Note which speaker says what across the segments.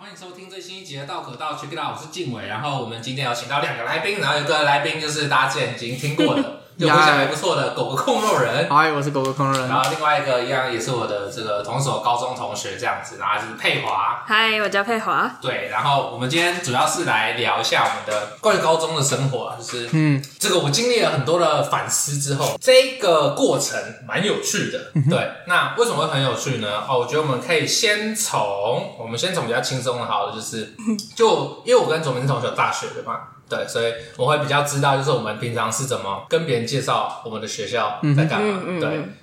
Speaker 1: 欢迎收听最新一集的《道可道 Check It Out》，我是静伟。然后我们今天有请到两个来宾，然后有个来宾就是大家之前已经听过的，就回想还不错的狗狗控肉人。
Speaker 2: 嗨，我是狗狗空人。
Speaker 1: 然后另外一个一样也是我的这个同所高中同学这样子，然后就是佩华。
Speaker 3: 嗨，我叫佩华。
Speaker 1: 对，然后我们今天主要是来聊一下我们的关于高中的生活啊，就是
Speaker 2: 嗯，
Speaker 1: 这个我经历了很多的反思之后，这个过程蛮有趣的。对，那为什么会很有趣呢？哦，我觉得我们可以先从我们先从比较轻松的好了，就是就因为我跟左明同学有大学的嘛。对，所以我会比较知道，就是我们平常是怎么跟别人介绍我们的学校在干嘛。
Speaker 3: 嗯嗯嗯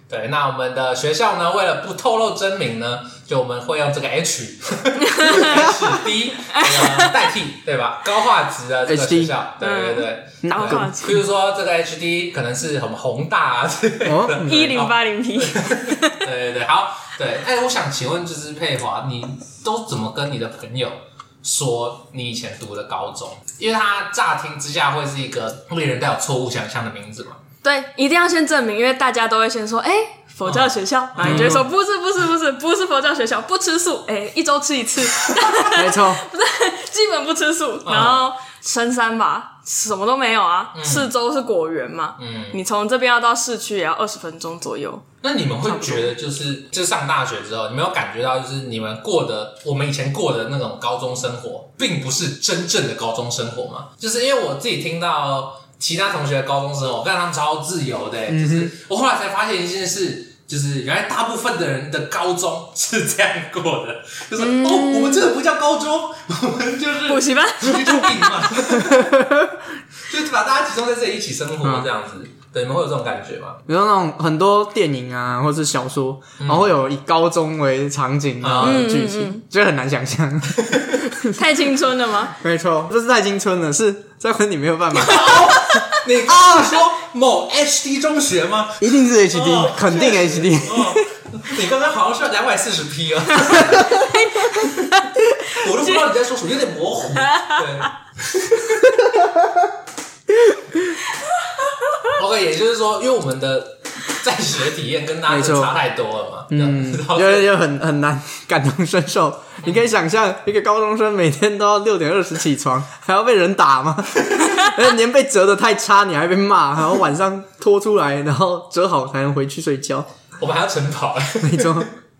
Speaker 1: 对对，那我们的学校呢，为了不透露真名呢，就我们会用这个 H HD 这个呃代替，对吧？高画质的这个
Speaker 2: HD
Speaker 1: 学校，对对对。
Speaker 2: 哪
Speaker 3: 嗯高画
Speaker 2: 个？
Speaker 3: 质
Speaker 1: 比如说这个 HD 可能是什么宏大啊之类的，
Speaker 2: 哦
Speaker 3: 一零八零 P，
Speaker 1: 对对对，好，对，哎、我想请问，就是佩华，你都怎么跟你的朋友说你以前读的高中？因为他乍听之下会是一个令人带有错误想象的名字嘛。
Speaker 3: 对，一定要先证明，因为大家都会先说，哎、佛教学校，然后你就会说不是不是不是不是佛教学校，不吃素，哎、一周吃一次，
Speaker 2: 没错，
Speaker 3: 基本不吃素，然后深山吧，什么都没有啊，四周是果园嘛，
Speaker 1: 嗯，
Speaker 3: 你从这边要到市区也要二十分钟左右，
Speaker 1: 那你们会觉得就是就上大学之后，你没有感觉到就是你们过的我们以前过的那种高中生活，并不是真正的高中生活吗？就是因为我自己听到其他同学的高中生活，我看他们超自由的、
Speaker 3: 嗯
Speaker 1: 就是我后来才发现一件事。就是原来大部分的人的高中是这样过的，就是、哦，我们这个不叫高中，我们就是
Speaker 3: 嗯补习班。
Speaker 1: 去住病嘛， 就是把大家集中在这里一起生
Speaker 3: 嗯
Speaker 1: 活这样子。对，你们会有这种感觉吗？
Speaker 2: 比如说那种很多电影啊，或是小说，然后会有以高中为场景
Speaker 1: 啊
Speaker 2: 的剧
Speaker 3: 嗯
Speaker 2: 情，就很难想象。
Speaker 3: 太青春了吗？
Speaker 2: 没错，不是太青春了，是在婚礼没有办法，
Speaker 1: 你刚刚说某 HD 中学吗？
Speaker 2: 一定是
Speaker 1: 哦
Speaker 2: HD，肯定 HD。
Speaker 1: 哦，你刚刚好像是两百四十 P 啊， 我都不知道你在说什么，有点模糊。对。OK，也就是说，因为我们的在学体验跟大家
Speaker 2: 没
Speaker 1: 就
Speaker 2: 错
Speaker 1: 差太多了嘛，
Speaker 2: 嗯
Speaker 1: 然，后
Speaker 2: 就就很很难感同身受。你可以想象，一个高中生每天都要六点二十起床，还要被人打吗？ 而且连被折的太差，你还被骂，然后晚上拖出来，然后折好才能回去睡觉。
Speaker 1: 我们还要晨跑。
Speaker 2: 没错，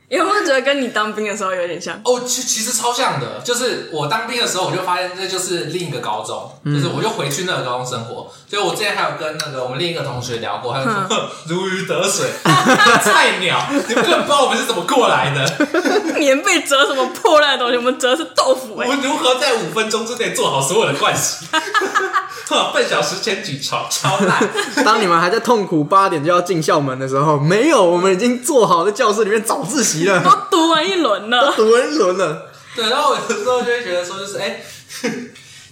Speaker 3: 有没有觉得跟你当兵的时候有点像？
Speaker 1: 哦，其其实超像的，就是我当兵的时候，我就发现这就是另一个高中，就是我就回去那个高中生活。所以我之前还有跟那个我们另一个同学聊过，他就说哼如鱼得水， 菜鸟，你们根本不知道我们是怎么过来的，
Speaker 3: 棉被折什么破烂的东西，我们折的是豆腐
Speaker 1: 我
Speaker 3: 哎、
Speaker 1: 们如何在五分钟之内做好所有的惯习， 哼半小时前举超超烂。
Speaker 2: 当你们还在痛苦八点就要进校门的时候，没有，我们已经做好在教室里面早自习了，
Speaker 3: 都读完一轮了。
Speaker 2: 读完一轮了。
Speaker 1: 对，然后我有时候就会觉得说，就是哎、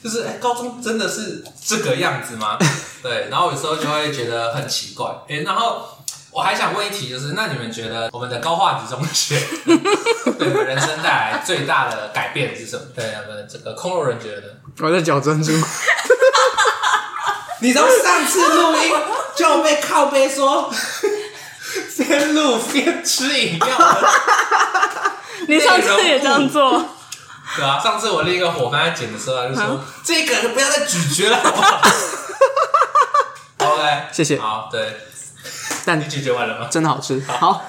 Speaker 1: 就是哎、高中真的是这个样子吗？对，然后有时候就会觉得很奇怪。哎、然后我还想问一题，就是那你们觉得我们的高画质中学对你们人生带来最大的改变是什么？对，我们这个空肉人觉得呢，
Speaker 2: 我在嚼珍珠，
Speaker 1: 你从上次录音就被靠背说。 边录边吃饮料的，
Speaker 3: 你上次也这样做，
Speaker 1: 对啊，上次我另一个伙伴在剪的时候，他就
Speaker 2: 啊
Speaker 1: 说：“这个不要再咀嚼了，好不 好？”OK，
Speaker 2: 谢谢
Speaker 1: 好，对，
Speaker 2: 但
Speaker 1: 你咀嚼完了吗？
Speaker 2: 真好吃。好，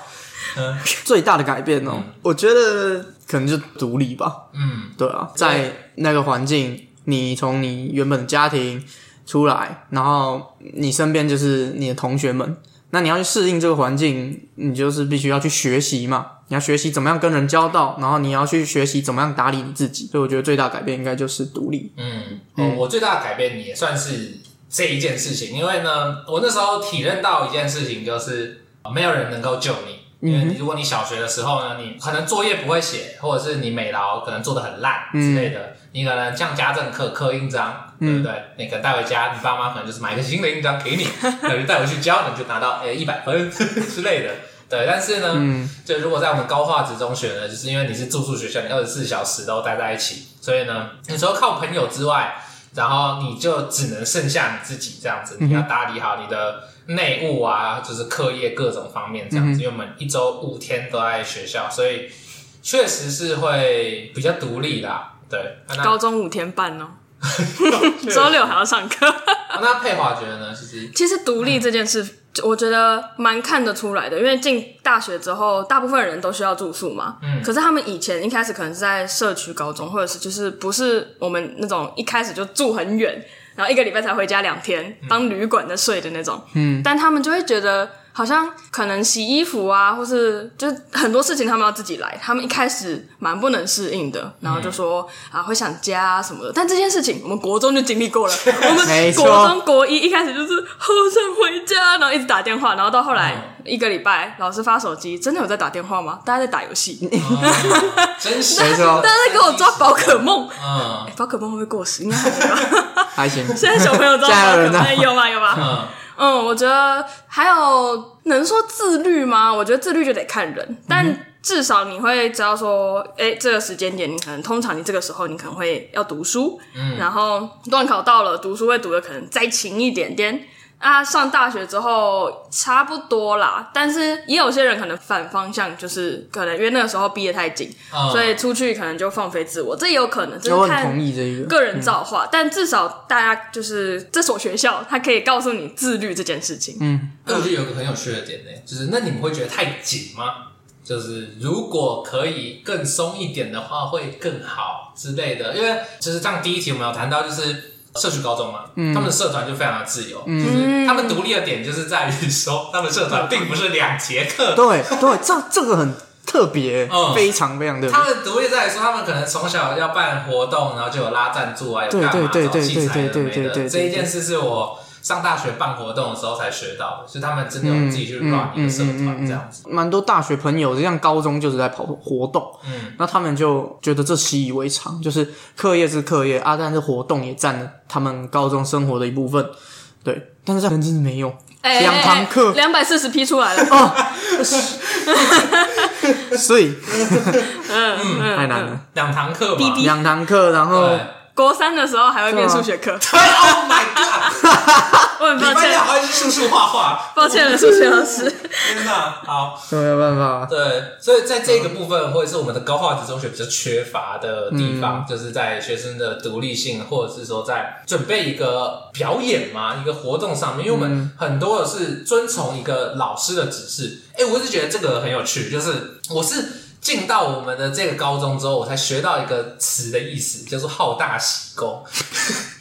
Speaker 1: 嗯
Speaker 2: 最大的改变哦，我觉得可能就独立吧。
Speaker 1: 嗯
Speaker 2: 对啊，在那个环境，你从你原本的家庭出来，然后你身边就是你的同学们，那你要去适应这个环境，你就是必须要去学习嘛。你要学习怎么样跟人交道，然后你要去学习怎么样打理你自己。所以我觉得最大改变应该就是独立。
Speaker 1: 嗯，我我最大的改变也算是这一件事情，因为呢，我那时候体认到一件事情，就是没有人能够救你。因为你如果你小学的时候呢，你可能作业不会写，或者是你美劳可能做的很烂之类的，你可能像家政课刻印章，对不对？你可能带回家，你爸妈可能就是买一个新的印章给你，然后就带回去教，你就拿到哎诶一百分 之类的。对，但是呢，就如果在我们高画质中学呢，就是因为你是住宿学校，你二十四小时都待在一起，所以呢，你除了靠朋友之外，然后你就只能剩下你自己这样子，你要打理好你的内务啊，就是课业各种方面这样子。因为我们一周五天都在学校，所以确实是会比较独立啦。对，那
Speaker 3: 高
Speaker 1: 那
Speaker 3: 中五天半哦， 周六还要上课。
Speaker 1: 那佩华觉得呢？其 实
Speaker 3: 其实独立这件事，我觉得蛮看得出来的，因为进大学之后，大部分人都需要住宿嘛。嗯。可是他们以前一开始可能是在社区高中，或者是就是不是我们那种一开始就住很远，然后一个礼拜才回家两天，
Speaker 2: 嗯
Speaker 3: 当旅馆的睡的那种。嗯。但他们就会觉得。好像可能洗衣服啊，或是就是很多事情他们要自己来，他们一开始蛮不能适应的，然后
Speaker 2: 嗯
Speaker 3: 就说、啊会想家啊什么的。但这件事情我们国中就经 历过了，我
Speaker 2: 没
Speaker 3: 们
Speaker 2: 错
Speaker 3: 国中国一一开始就是好想回家，然后一直打电话，然后到后
Speaker 2: 嗯
Speaker 3: 来一个礼拜，老师发手机，真的有在打电话吗？大家在打游 戏，
Speaker 1: 嗯真实，
Speaker 2: 没错
Speaker 3: 大家在给我抓宝可梦，哎
Speaker 1: 嗯
Speaker 3: 宝可梦会不会过时？应该还没吧。
Speaker 2: 还行。
Speaker 3: 现在小朋友知道
Speaker 2: 现在
Speaker 3: 宝
Speaker 2: 有
Speaker 3: 可
Speaker 2: 人
Speaker 3: 梦
Speaker 2: 在
Speaker 3: 哎有吗？有吗？
Speaker 1: 嗯，
Speaker 3: 嗯，我觉得还有能说自律吗？我觉得自律就得看人，但至少你会知道说，哎、这个时间点，你可能通常你这个时候你可能会要读书，嗯，然后段考到了，读书会读的可能再勤一点点。啊，上大学之后差不多啦，但是也有些人可能反方向，就是可能因为那个时候逼得太紧，
Speaker 1: 嗯
Speaker 3: 所以出去可能就放飞自我，这也有可能， 就
Speaker 2: 那我
Speaker 3: 是
Speaker 2: 很
Speaker 3: 看
Speaker 2: 同意这一个
Speaker 3: 个人造
Speaker 2: 嗯
Speaker 3: 化，但至少大家就是这所学校，它可以告诉你自律这件事情。
Speaker 2: 嗯
Speaker 1: 那我觉得有个很有趣的点呢、就是那你们会觉得太紧吗？就是如果可以更松一点的话，会更好之类的。因为就是像第一题我们有谈到，就是社区高中嘛，
Speaker 2: 嗯
Speaker 1: 他们的社团就非常的自由，就是他们独立的点就是在于说，他们社团并不是两节课，
Speaker 2: 对对，这这个很特别
Speaker 1: 嗯，
Speaker 2: 非常非常特别
Speaker 1: 他。们独立在于说，他们可能从小要办活动，然后就有拉赞助啊，有
Speaker 2: 对
Speaker 1: 干嘛
Speaker 2: 对对
Speaker 1: 找器材
Speaker 2: 对对
Speaker 1: 的
Speaker 2: 对
Speaker 1: 没
Speaker 2: 对对
Speaker 1: 的。
Speaker 2: 对
Speaker 1: 这一件事是我上大学办活动的时候才学到的，是他们真的
Speaker 2: 嗯
Speaker 1: 有自己去 run 一个社团这样子。
Speaker 2: 蛮多大学朋友，像高中就是在跑活动，
Speaker 1: 嗯，
Speaker 2: 那他们就觉得这习以为常，就是课业是课业啊，但是活动也占了他们高中生活的一部分，对，但是在人真的没 用，
Speaker 3: 哎
Speaker 2: 两堂课哦
Speaker 3: 两百四十 P 出来了，
Speaker 2: 所以
Speaker 3: 嗯嗯，
Speaker 2: 太难了，
Speaker 1: 两堂课嘛，
Speaker 3: 嗯
Speaker 2: 两堂课，然后
Speaker 1: 对。
Speaker 3: 国三的时候还会变数学 课，
Speaker 1: Oh my god！
Speaker 3: 我很
Speaker 1: 礼
Speaker 3: 抱
Speaker 1: 拜六
Speaker 3: 歉，
Speaker 1: 还是数数画画，
Speaker 3: 抱歉了，数学老 师。
Speaker 1: 天哪！好，
Speaker 2: 都没有办法，
Speaker 1: 对，所以在这个部分，或者是我们的高画质中学比较缺乏的地
Speaker 2: 嗯
Speaker 1: 方，就是在学生的独立性，或者是说在准备一个表演嘛，一个活动上面，因为我们很多的是遵从一个老师的指示。哎，我是觉得这个很有趣，就是我是进到我们的这个高中之后，我才学到一个词的意思，叫做好大喜功，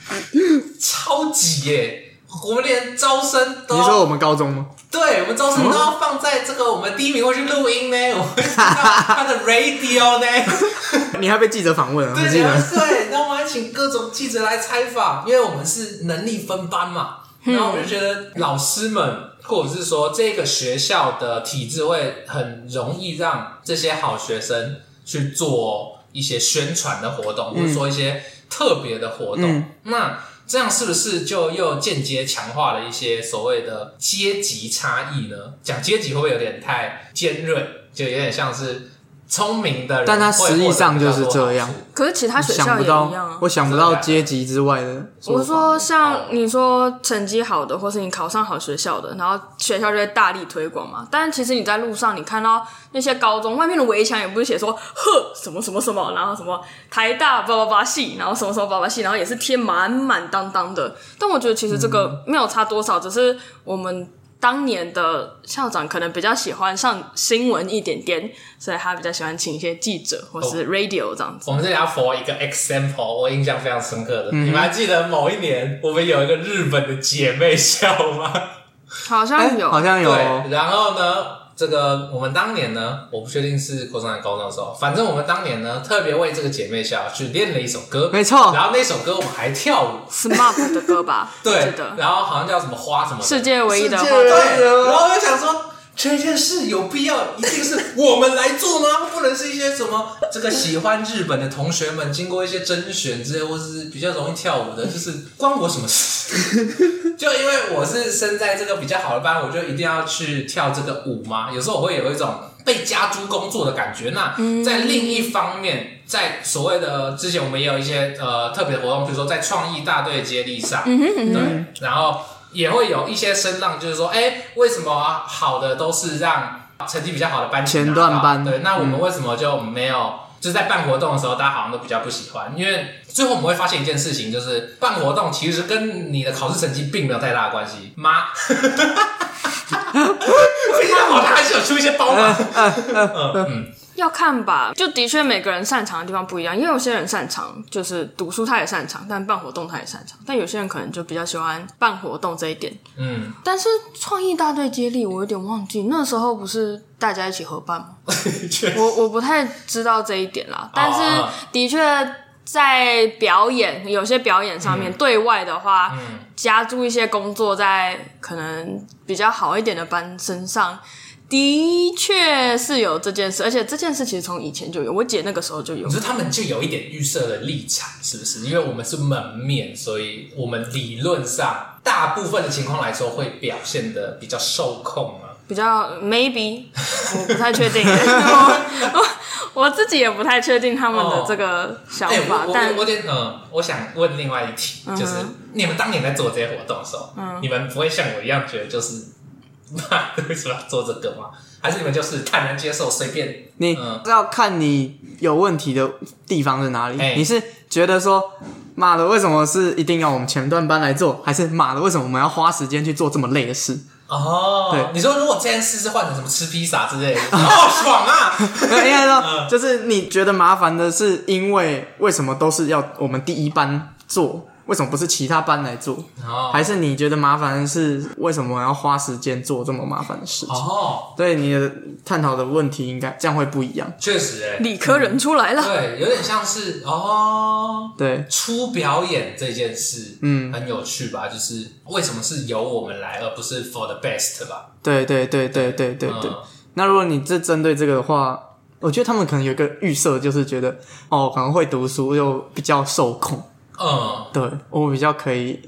Speaker 1: 超级耶！我们连招生都
Speaker 2: 你
Speaker 1: 要
Speaker 2: 说我们高中吗？
Speaker 1: 对，我们招生都要放在这个我们第一名会去录音呢，我们知道他的 radio 呢，
Speaker 2: 你还被记者访 问啊，我
Speaker 1: 对
Speaker 2: 记得，
Speaker 1: 对，然后我们还请各种记者来采访，因为我们是能力分班嘛，
Speaker 2: 嗯
Speaker 1: 然后我就觉得老师们。或者是说，这个学校的体制会很容易让这些好学生去做一些宣传的活动，或者说一些特别的活动。
Speaker 2: 嗯
Speaker 1: 那这样是不是就又间接强化了一些所谓的阶级差异呢？讲阶级会不会有点太尖锐？就有点像是聪明的人，
Speaker 2: 但它实际上就是这样。
Speaker 3: 可是其他学校
Speaker 2: 想
Speaker 3: 也
Speaker 2: 不
Speaker 3: 一
Speaker 2: 到
Speaker 3: 样啊，。
Speaker 2: 我想不到阶级之外的法。
Speaker 3: 我说
Speaker 2: 啊
Speaker 3: 像你说成绩好的，或是你考上好学校的，然后学校就会大力推广嘛。但其实你在路上，你看到那些高中外面的围墙也不是写说呵什么什么什么，然后什么台大叭叭叭系，然后什么什么叭叭系，然后也是贴满满当当的。但我觉得其实这个
Speaker 2: 嗯
Speaker 3: 没有差多少，只是我们。当年的校长可能比较喜欢上新闻一点点，所以他比较喜欢请一些记者或
Speaker 2: 哦
Speaker 3: 是 radio 这样子。
Speaker 1: 我们这里要 for 一个 example，我印象非常深刻的。
Speaker 2: 嗯
Speaker 1: 你们还记得某一年我们有一个日本的姐妹校吗？
Speaker 3: 好像
Speaker 2: 哎
Speaker 3: 有，
Speaker 2: 好像有
Speaker 1: 对，然后呢，这个我们当年呢，我不确定是高中还是高中的时候，反正我们当年呢，特别为这个姐妹校去练了一首歌，
Speaker 2: 没错
Speaker 1: 然后那首歌我们还跳舞，
Speaker 3: SMAP 的歌 吧？我记
Speaker 1: 对
Speaker 3: 得，
Speaker 1: 然后好像叫什么花什么的
Speaker 3: 世界唯一的花
Speaker 2: 世界
Speaker 1: 对
Speaker 2: 唯，
Speaker 1: 然后我就想说。这件事有必要一定是我们来做吗？ 不能是一些什么这个喜欢日本的同学们经过一些甄选之类，或是比较容易跳舞的，就是关我什么事？ 就因为我是生在这个比较好的班，我就一定要去跳这个舞吗？有时候我会有一种被加诸工作的感觉。那在另一方面，在所谓的之前我们也有一些呃特别活动，比如说在创意大队接力上，
Speaker 2: 嗯
Speaker 1: 对，然后也会有一些声浪，就是说，哎、为什么啊好的都是让成绩比较好的班级拿到
Speaker 2: 前段班嗯
Speaker 1: 对，那我们为什么就没有就是在办活动的时候，大家好像都比较不喜欢，因为最后我们会发现一件事情，就是办活动其实跟你的考试成绩并没有太大的关系。 妈， 这样我还是有出一些包
Speaker 2: 呃
Speaker 1: 嘛。
Speaker 3: 要看吧，就的确每个人擅长的地方不一样，因为有些人擅长就是读书，他也擅长，但办活动他也擅长，但有些人可能就比较喜欢办活动这一点。
Speaker 1: 嗯，
Speaker 3: 但是创意大队接力，我有点忘记那时候不是大家一起合办吗？
Speaker 1: 确实
Speaker 3: 我我不太知道这一点啦，但是
Speaker 1: 哦
Speaker 3: 的确在表演有些表演上面，
Speaker 1: 嗯
Speaker 3: 对外的话，加注一些工作在可能比较好一点的班身上。的确是有这件事，而且这件事其实从以前就有，我姐那个时候就有
Speaker 1: 你。说他们就有一点预设的立场，是不是？因为我们是门面，所以我们理论上大部分的情况来说会表现的比较受控啊。
Speaker 3: 比较 maybe，我不太确 定，我我我自己也不太确定他们的这个想
Speaker 2: 哦
Speaker 1: 哎、
Speaker 3: 法，
Speaker 1: 我我
Speaker 3: 但嗯
Speaker 1: 我有点嗯，我想问另外一题，就是你们当年在做这些活动的时候，你们不会像我一样觉得就是， 妈的为什么要做这个吗？还是你们就是坦然接受，随便
Speaker 2: 你
Speaker 1: 嗯
Speaker 2: 要看你有问题的地方是哪里。
Speaker 1: 哎
Speaker 2: 你是觉得说，妈的，为什么是一定要我们前段班来做，还是妈的，为什么我们要花时间去做这么累 的事？
Speaker 1: 哦
Speaker 2: 对？
Speaker 1: 你说如果这件事是换成什么吃披萨之 类的，好、哦、爽啊！
Speaker 2: 没有应该说，就是你觉得麻烦的是，因为为什么都是要我们第一班做，为什么不是其他班来做？
Speaker 1: 哦
Speaker 2: 还是你觉得麻烦的是为什么要花时间做这么麻烦的事情？
Speaker 1: 哦，
Speaker 2: 对你的探讨的问题应该这样会不一样。
Speaker 1: 确实哎、
Speaker 3: 理科人出来
Speaker 2: 嗯
Speaker 3: 了，
Speaker 1: 对，有点像是哦，
Speaker 2: 对，
Speaker 1: 出表演这件事，
Speaker 2: 嗯
Speaker 1: 很有趣吧？就是为什么是由我们来，而不是 for the best 吧？
Speaker 2: 对，对，对，对，对，对，
Speaker 1: 嗯
Speaker 2: 对。那如果你这针对这个的话，我觉得他们可能有一个预设，就是觉得哦，可能会读书又比较受控，
Speaker 1: 嗯，
Speaker 2: 对我比较可以，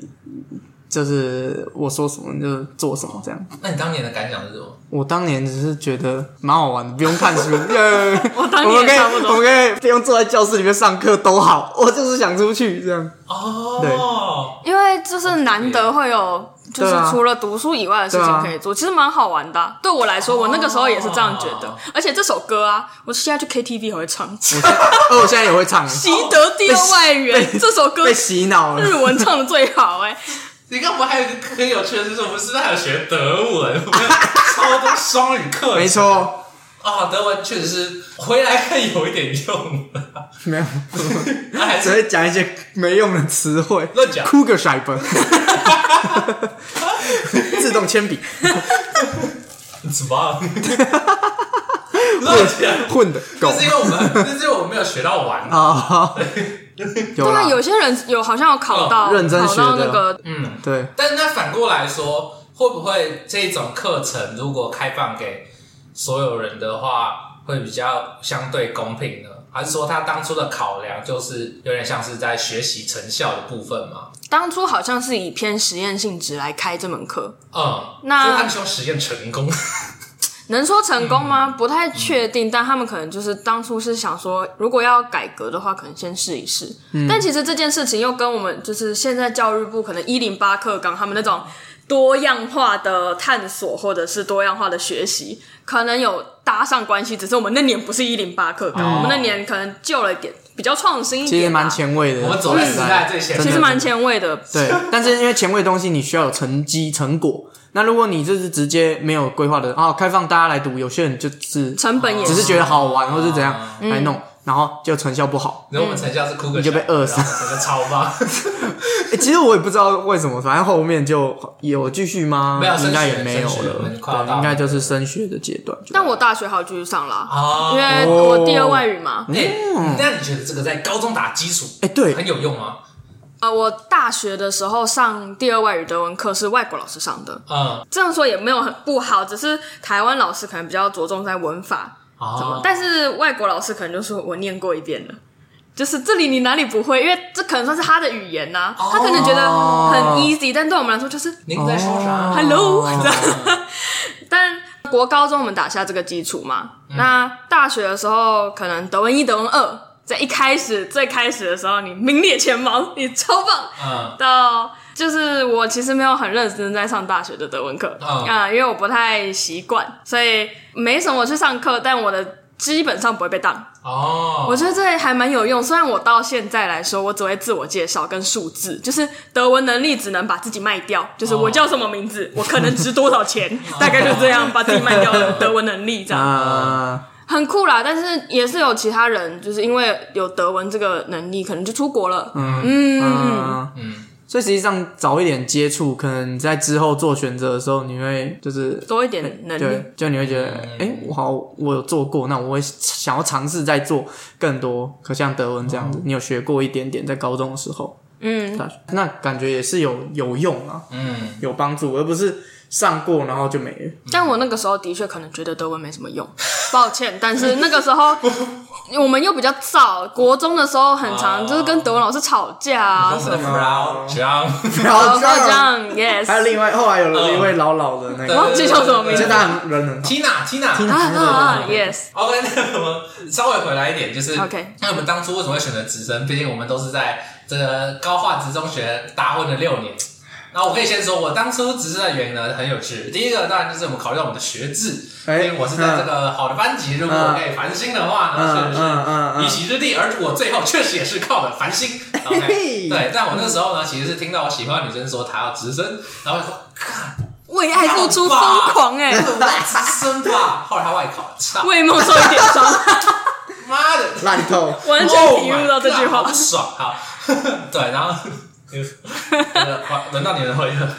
Speaker 2: 就是我说什么就做什么这样。
Speaker 1: 嗯那你当年的感想是什么？
Speaker 2: 我当年只是觉得蛮好玩的，不用看 书，耶
Speaker 3: 我当
Speaker 2: 我们
Speaker 3: 年
Speaker 2: 可
Speaker 3: 也
Speaker 2: 以
Speaker 3: 差不多
Speaker 2: 我们可以不用坐在教室里面上课都好，我就是想出去这样。
Speaker 1: 哦，
Speaker 3: 因为就是难得会有，就是
Speaker 2: 对啊啊
Speaker 3: 除了读书以外的事情可以做，其实蛮好玩的啊、对我来说，我那个时候也是这样觉得
Speaker 1: 哦。
Speaker 3: 而且这首歌啊，我现在去 KTV 还会
Speaker 2: 哦
Speaker 3: 唱，习
Speaker 2: 而我现在也会 唱，
Speaker 3: 得第二外语
Speaker 2: 被
Speaker 3: 这首歌
Speaker 2: 被洗脑
Speaker 3: 日
Speaker 2: 了。
Speaker 3: 文唱的最好哎、
Speaker 1: 你看我们还有一个很有趣的是，我们是不是还有学德文？ 我们有超多双语课，
Speaker 2: 没。错，
Speaker 1: 啊、德文确实是回来看有一点用 了，
Speaker 2: 没有，
Speaker 1: 那还
Speaker 2: 只
Speaker 1: 是
Speaker 2: 会讲一些没用的词汇，
Speaker 1: 乱讲
Speaker 2: 哭个甩 吧，自动铅笔
Speaker 1: 怎么？乱讲，
Speaker 2: 混的 狗
Speaker 1: 那是因为我们，那是因为我们没有学到完。
Speaker 2: 啊，有
Speaker 3: 对啊，
Speaker 2: 啦，
Speaker 3: 有些人有好像有考到、
Speaker 2: 哦认真
Speaker 3: 考
Speaker 2: 学
Speaker 3: 到
Speaker 2: 的
Speaker 3: 那个，
Speaker 1: 嗯，
Speaker 2: 对，
Speaker 1: 但是那反过来说，会不会这种课程如果开放给所有人的话，会比较相对公平呢？还是说他当初的考量就是有点像是在学习成效的部分嘛？
Speaker 3: 当初好像是以偏实验性质来开这门课，
Speaker 1: 嗯，
Speaker 3: 那
Speaker 1: 所以他们希望实验成功。
Speaker 3: 能说成功吗？不太确定，但他们可能就是当初是想说，如果要改革的话，可能先试一试。
Speaker 2: 嗯
Speaker 3: 但其实这件事情又跟我们就是现在教育部可能一零八课纲他们那种多样化的探索或者是多样化的学习，可能有搭上关系。只是我们那年不是一零八课纲，我们那年可能旧了一点，比较创新一
Speaker 2: 哦其实
Speaker 3: 点啦、
Speaker 2: 蛮前卫的，
Speaker 1: 我们走在时代最前面
Speaker 2: 真的
Speaker 3: 其实蛮前卫的。
Speaker 2: 对，但是因为前卫的东西你需要有成绩成果，那如果你就是直接没有规划的啊，开放大家来读，有些人就是
Speaker 3: 成本也
Speaker 2: 只是觉得好玩或是怎样
Speaker 1: 嗯
Speaker 2: 来弄，然后就成效不好。
Speaker 1: 然后我们成效是哭个
Speaker 2: 你就被饿死
Speaker 1: 然后我们就超棒。
Speaker 2: 欸其实我也不知道为什么，反正后面就有继续吗？
Speaker 1: 没有升
Speaker 2: 应该
Speaker 1: 学
Speaker 2: 也没有
Speaker 1: 升学
Speaker 2: 了，
Speaker 1: 我们快要到
Speaker 2: 对，应该就是升学的阶段。
Speaker 3: 但我大学好继续上啦，
Speaker 1: 哦
Speaker 3: 因为我第二外语嘛。
Speaker 1: 哎、那你觉得这个在高中打基础，
Speaker 2: 哎对
Speaker 1: 很有用吗？
Speaker 3: 啊，我大学的时候上第二外语德文课是外国老师上的，
Speaker 1: 嗯，
Speaker 3: 这样说也没有很不好，只是台湾老师可能比较着重在文法，
Speaker 1: 哦，
Speaker 3: 但是外国老师可能就说我念过一遍了。就是这里你哪里不会？因为这可能算是他的语言呐、
Speaker 1: 哦
Speaker 3: 他可能觉得很 easy，但对我们来说就是
Speaker 1: 您在说啥？
Speaker 2: 哦
Speaker 3: hello 这样。但国高中我们打下这个基础嘛，
Speaker 1: 嗯
Speaker 3: 那大学的时候可能德文一、德文二，在一开始最开始的时候你名列前茅，你超棒，
Speaker 1: 嗯，
Speaker 3: 到就是我其实没有很认真在上大学的德文课，啊
Speaker 1: 嗯
Speaker 3: 啊、因为我不太习惯，所以没什么去上课。但我的基本上不会被
Speaker 2: 啊
Speaker 3: 当。
Speaker 1: 哦，
Speaker 3: 我觉得这还蛮有用。虽然我到现在来说，我只会自我介绍跟数字，就是德文能力只能把自己卖掉，就是我叫什么名字，我可能值多 少钱，大概就这样把自己卖掉的德文能力这样。
Speaker 2: 啊，
Speaker 3: 很酷啦，但是也是有其他人，就是因为有德文这个能力，可能就出国了。嗯嗯，
Speaker 2: 嗯
Speaker 1: 嗯，
Speaker 2: 所以实际上早一点接触，可能在之后做选择的时候，你会就是
Speaker 3: 多一点能力。
Speaker 2: 对，就你会觉得，
Speaker 1: 嗯
Speaker 2: 哎、我好，我有做过，那我会想要尝试再做更多。可像德文这
Speaker 1: 哦
Speaker 2: 样子，你有学过一点点，在高中的时候，
Speaker 3: 嗯，
Speaker 2: 大学那感觉也是有有用啊，
Speaker 1: 嗯，
Speaker 2: 有帮助，而不是上过然后就没了。
Speaker 3: 但我那个时候的确可能觉得德文没什么用，抱歉。但是那个时候我们又比较早，国中的时候很常
Speaker 1: 哦
Speaker 3: 就是跟德文老师吵架啊
Speaker 1: 我
Speaker 3: 什
Speaker 1: 们
Speaker 3: 么
Speaker 1: 的
Speaker 3: 的。
Speaker 1: Frau
Speaker 2: 然
Speaker 3: 然后
Speaker 2: 后
Speaker 3: 哦这样，yes，
Speaker 2: 哦 还有另外后来有了一位老老的那
Speaker 1: 对
Speaker 2: 个，
Speaker 3: 忘哦记叫什么名
Speaker 2: 其实
Speaker 3: 字
Speaker 1: 对
Speaker 2: 他很人很好，
Speaker 1: Tina Tina
Speaker 3: 啊啊啊，yes，
Speaker 1: OK，那我们稍微回来一点，就是
Speaker 3: OK
Speaker 1: 那我们当初为什么会选择直升？毕竟我们都是在这个高化职中学打混了六年。那我可以先说，我当初直升的原因呢很有趣。第一个当然就是我们考虑到我们的学制，
Speaker 2: 哎
Speaker 1: 因为我是在这个好的班级，如果我可以繁星的话呢，
Speaker 2: 嗯
Speaker 1: 确实
Speaker 2: 嗯嗯
Speaker 1: 是一
Speaker 2: 嗯，
Speaker 1: 席之地。而我最后确实也是靠的繁 星。OK，
Speaker 2: 嘿
Speaker 1: 对，但我那时候呢，其实是听到我喜欢的女生说她要直升，然后我就 说看
Speaker 3: 为爱付出疯狂哎、
Speaker 1: 直升吧，后来她外考，操
Speaker 3: 为梦受一点伤，
Speaker 1: 妈 的！
Speaker 2: 烂透，哦
Speaker 3: 完全体悟到这句
Speaker 1: Oh my
Speaker 3: 话
Speaker 1: God，好。爽，好， 对，然后就是 好轮到你们回了，